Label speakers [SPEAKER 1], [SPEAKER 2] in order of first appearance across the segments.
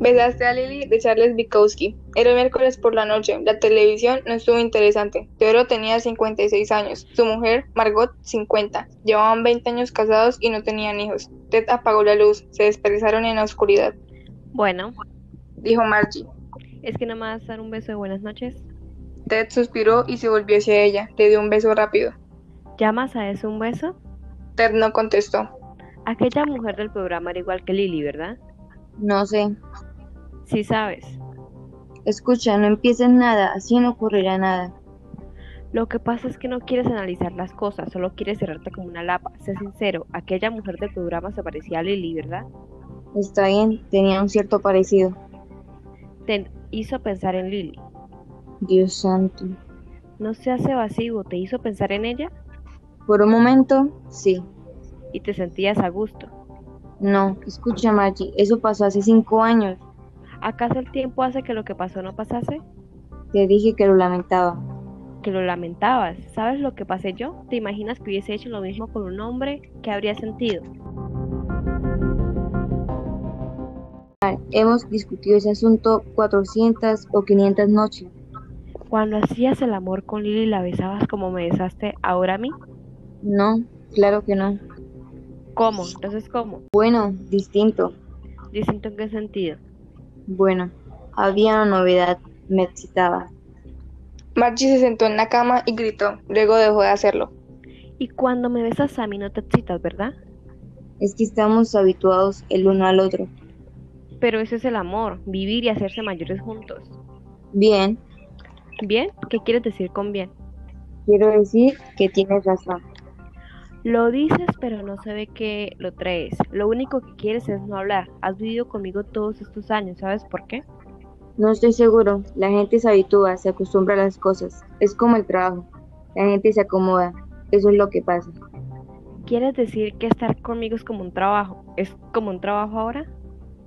[SPEAKER 1] Besaste a Lily de Charles Bukowski. Era miércoles por la noche. La televisión no estuvo interesante. Teodoro tenía 56 años. Su mujer, Margot, 50. Llevaban 20 años casados y no tenían hijos. Ted apagó la luz. Se dispersaron en la oscuridad.
[SPEAKER 2] Bueno,
[SPEAKER 1] Dijo Margie.
[SPEAKER 2] es que no me vas a dar un beso de buenas noches.
[SPEAKER 1] Ted suspiró y se volvió hacia ella. Le dio un beso rápido.
[SPEAKER 2] ¿Llamas a eso un beso?
[SPEAKER 1] Ted no contestó.
[SPEAKER 2] Aquella mujer del programa era igual que Lily, ¿verdad?
[SPEAKER 3] No sé.
[SPEAKER 2] Sí sabes.
[SPEAKER 3] Escucha, no empieces nada, así no ocurrirá nada.
[SPEAKER 2] Lo que pasa es que no quieres analizar las cosas, solo quieres cerrarte como una lapa. Sé sincero, aquella mujer del programa se parecía a Lily, ¿verdad?
[SPEAKER 3] Está bien, tenía un cierto parecido.
[SPEAKER 2] Te hizo pensar en Lily.
[SPEAKER 3] Dios santo.
[SPEAKER 2] No seas evasivo, te hizo pensar en ella
[SPEAKER 3] Por un momento, sí.
[SPEAKER 2] y te sentías a gusto.
[SPEAKER 3] No, escucha, Maggie, eso pasó hace cinco años.
[SPEAKER 2] ¿Acaso el tiempo hace que lo que pasó no pasase?
[SPEAKER 3] Te dije que lo lamentaba.
[SPEAKER 2] Que lo lamentabas. ¿Sabes lo que pasé yo? ¿Te imaginas que hubiese hecho lo mismo con un hombre? ¿Qué habría sentido?
[SPEAKER 3] Hemos discutido ese asunto 400 o 500 noches.
[SPEAKER 2] Cuando hacías el amor con Lily, la besabas como me besaste ahora a mí.
[SPEAKER 3] No, claro que no.
[SPEAKER 2] ¿Cómo? Entonces, ¿cómo?
[SPEAKER 3] Bueno, distinto.
[SPEAKER 2] Distinto en qué sentido.
[SPEAKER 3] Bueno, había una novedad, me excitaba.
[SPEAKER 1] Margie se sentó en la cama y gritó. Luego dejó de hacerlo.
[SPEAKER 2] Y cuando me besas a mí no te excitas, ¿verdad?
[SPEAKER 3] Es que estamos habituados el uno al otro.
[SPEAKER 2] Pero ese es el amor, vivir y hacerse mayores juntos.
[SPEAKER 3] Bien,
[SPEAKER 2] ¿Bien? ¿Qué quieres decir con bien?
[SPEAKER 3] quiero decir que tienes razón.
[SPEAKER 2] Lo dices, pero no se ve que lo traes. Lo único que quieres es no hablar. Has vivido conmigo todos estos años, ¿sabes por qué?
[SPEAKER 3] No estoy seguro, la gente se habitúa, se acostumbra a las cosas. Es como el trabajo, la gente se acomoda. Eso es lo que pasa.
[SPEAKER 2] ¿Quieres decir que estar conmigo es como un trabajo? ¿Es como un trabajo ahora?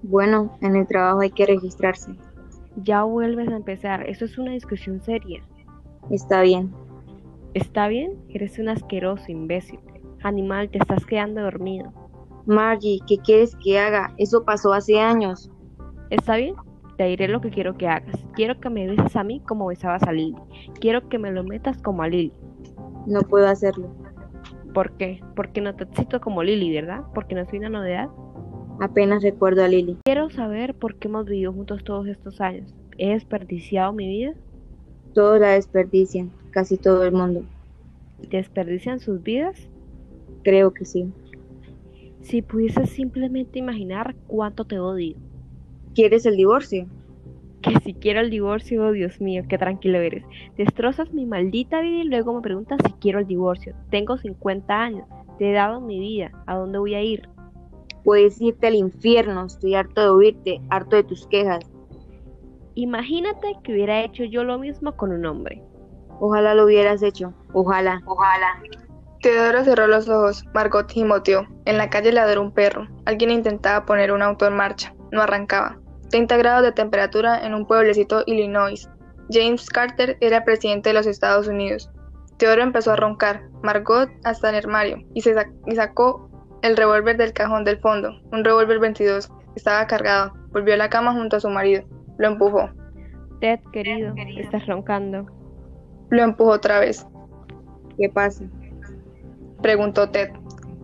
[SPEAKER 3] Bueno, en el trabajo hay que registrarse.
[SPEAKER 2] Ya vuelves a empezar. Eso es una discusión seria.
[SPEAKER 3] Está bien.
[SPEAKER 2] ¿Está bien? Eres un asqueroso imbécil. Animal, te estás quedando dormido.
[SPEAKER 3] Margie, ¿qué quieres que haga? Eso pasó hace años.
[SPEAKER 2] ¿Está bien? Te diré lo que quiero que hagas. Quiero que me beses a mí como besabas a Lily. Quiero que me lo metas como a Lily.
[SPEAKER 3] No puedo hacerlo.
[SPEAKER 2] ¿Por qué? Porque no te excito como Lily, ¿verdad? Porque no soy una novedad.
[SPEAKER 3] Apenas recuerdo a Lily.
[SPEAKER 2] Quiero saber por qué hemos vivido juntos todos estos años. ¿He desperdiciado mi vida?
[SPEAKER 3] Todos la desperdician, casi todo el mundo.
[SPEAKER 2] ¿Desperdician sus vidas?
[SPEAKER 3] Creo que sí.
[SPEAKER 2] Si pudieses simplemente imaginar cuánto te odio.
[SPEAKER 3] ¿Quieres el divorcio?
[SPEAKER 2] Que si quiero el divorcio, oh, Dios mío, qué tranquilo eres. Destrozas mi maldita vida y luego me preguntas si quiero el divorcio. Tengo 50 años, te he dado mi vida, ¿a dónde voy a ir?
[SPEAKER 3] Puedes irte al infierno, estoy harto de oírte, harto de tus quejas.
[SPEAKER 2] Imagínate que hubiera hecho yo lo mismo con un hombre.
[SPEAKER 3] Ojalá lo hubieras hecho, ojalá. Ojalá.
[SPEAKER 1] Teodoro cerró los ojos. Margot gimoteó. En la calle ladró un perro. Alguien intentaba poner un auto en marcha. No arrancaba. 30 grados de temperatura en un pueblecito Illinois. James Carter era presidente de los Estados Unidos. Teodoro empezó a roncar. Margot hasta el armario. Y, se sac- y sacó el revólver del cajón del fondo. Un revólver 22. Estaba cargado. Volvió a la cama junto a su marido. Lo empujó.
[SPEAKER 2] Ted, querido, estás roncando.
[SPEAKER 1] Lo empujó otra vez.
[SPEAKER 3] ¿Qué pasa?
[SPEAKER 1] preguntó Ted.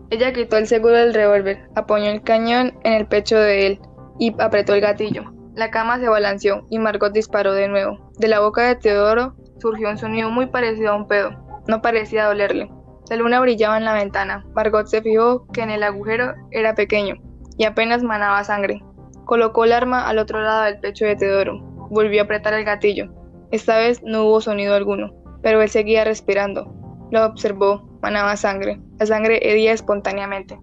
[SPEAKER 1] Ella quitó el seguro del revólver, apoyó el cañón en el pecho de él y apretó el gatillo. La cama se balanceó y Margot disparó de nuevo. De la boca de Teodoro surgió un sonido muy parecido a un pedo. No parecía dolerle. La luna brillaba en la ventana. Margot se fijó que en el agujero era pequeño y apenas manaba sangre. Colocó el arma al otro lado del pecho de Teodoro. Volvió a apretar el gatillo. Esta vez no hubo sonido alguno, pero él seguía respirando. Lo observó, manaba sangre. La sangre hedía espontáneamente.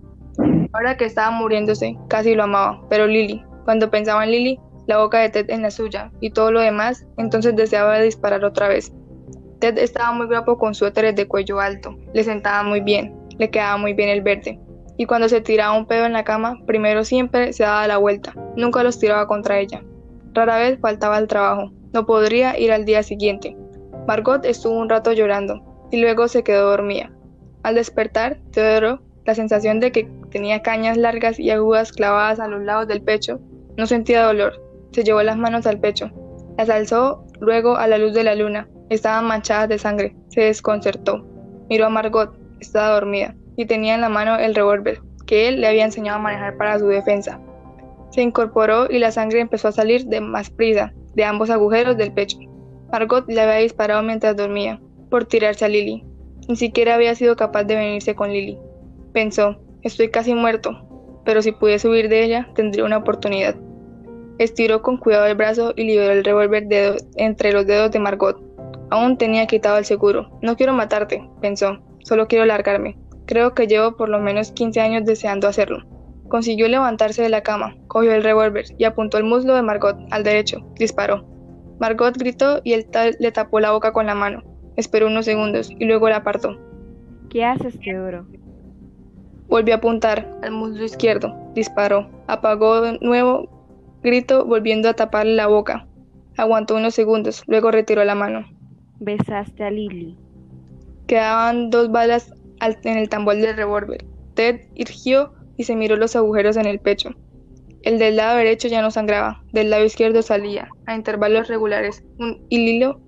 [SPEAKER 1] Ahora que estaba muriéndose, casi lo amaba, pero Lily, cuando pensaba en Lily, la boca de Ted en la suya y todo lo demás, entonces deseaba disparar otra vez. Ted estaba muy guapo con suéteres de cuello alto, le sentaba muy bien, le quedaba muy bien el verde. Y cuando se tiraba un pedo en la cama, primero siempre se daba la vuelta, nunca los tiraba contra ella. Rara vez faltaba al trabajo, no podría ir al día siguiente. Margot estuvo un rato llorando y luego se quedó dormida. Al despertar, Teodoro, la sensación de que tenía cañas largas y agudas clavadas a los lados del pecho, no sentía dolor, se llevó las manos al pecho, las alzó luego a la luz de la luna, estaban manchadas de sangre, se desconcertó, miró a Margot, estaba dormida, y tenía en la mano el revólver, que él le había enseñado a manejar para su defensa. Se incorporó y la sangre empezó a salir de más prisa, de ambos agujeros del pecho. Margot le había disparado mientras dormía, por tirarse a Lily. Ni siquiera había sido capaz de venirse con Lily. Pensó, estoy casi muerto, pero si pudiese huir de ella, tendría una oportunidad. Estiró con cuidado el brazo y liberó el revólver de entre los dedos de Margot. Aún tenía quitado el seguro. No quiero matarte, pensó, solo quiero largarme. Creo que llevo por lo menos 15 años deseando hacerlo. Consiguió levantarse de la cama, cogió el revólver y apuntó el muslo de Margot al derecho. Disparó. Margot gritó y él ta le tapó la boca con la mano. Esperó unos segundos y luego la apartó.
[SPEAKER 2] ¿Qué haces, Teodoro?
[SPEAKER 1] Volvió a apuntar al muslo izquierdo. Disparó. Apagó de nuevo grito volviendo a taparle la boca. Aguantó unos segundos, luego retiró la mano.
[SPEAKER 2] Besaste a Lily.
[SPEAKER 1] Quedaban dos balas en el tambor del revólver. Ted irgió y se miró los agujeros en el pecho. El del lado derecho ya no sangraba, del lado izquierdo salía, a intervalos regulares, un hilo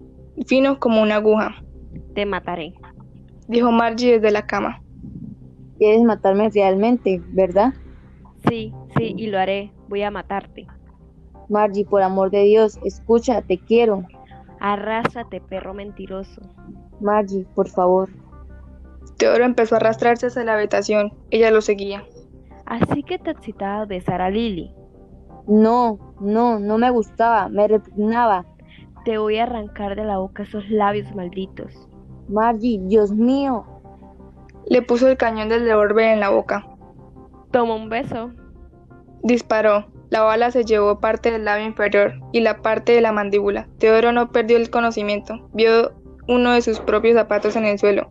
[SPEAKER 1] fino como una aguja.
[SPEAKER 2] Te mataré,
[SPEAKER 1] dijo Margie desde la cama.
[SPEAKER 3] Quieres matarme realmente, ¿verdad?
[SPEAKER 2] Sí, sí, y lo haré. Voy a matarte.
[SPEAKER 3] Margie, por amor de Dios, escucha, te quiero.
[SPEAKER 2] Arrásate, perro mentiroso.
[SPEAKER 3] Margie, por favor.
[SPEAKER 1] Teodoro empezó a arrastrarse hacia la habitación. Ella lo seguía.
[SPEAKER 2] Así que te excitaba besar a Lily.
[SPEAKER 3] No, no, no me gustaba, me repugnaba.
[SPEAKER 2] Te voy a arrancar de la boca esos labios malditos.
[SPEAKER 3] Margie, Dios mío.
[SPEAKER 1] Le puso el cañón del revólver en la boca.
[SPEAKER 2] Toma un beso.
[SPEAKER 1] Disparó. La bala se llevó parte del labio inferior y la parte de la mandíbula. Teodoro no perdió el conocimiento. Vio uno de sus propios zapatos en el suelo.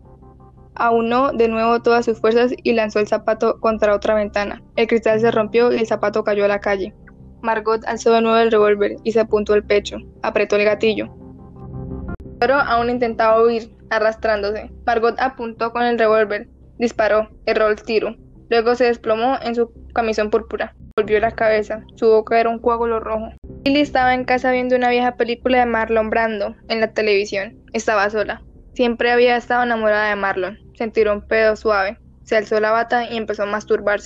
[SPEAKER 1] Aunó de nuevo todas sus fuerzas y lanzó el zapato contra otra ventana. El cristal se rompió y el zapato cayó a la calle. Margot alzó de nuevo el revólver y se apuntó el pecho. Apretó el gatillo. Teodoro aún intentaba huir, arrastrándose. Margot apuntó con el revólver. Disparó. Erró el tiro. Luego se desplomó en su camisón púrpura. Volvió la cabeza. Su boca era un coágulo rojo. Lily estaba en casa viendo una vieja película de Marlon Brando en la televisión. Estaba sola. Siempre había estado enamorada de Marlon. Se tiró un pedo suave. Se alzó la bata y empezó a masturbarse.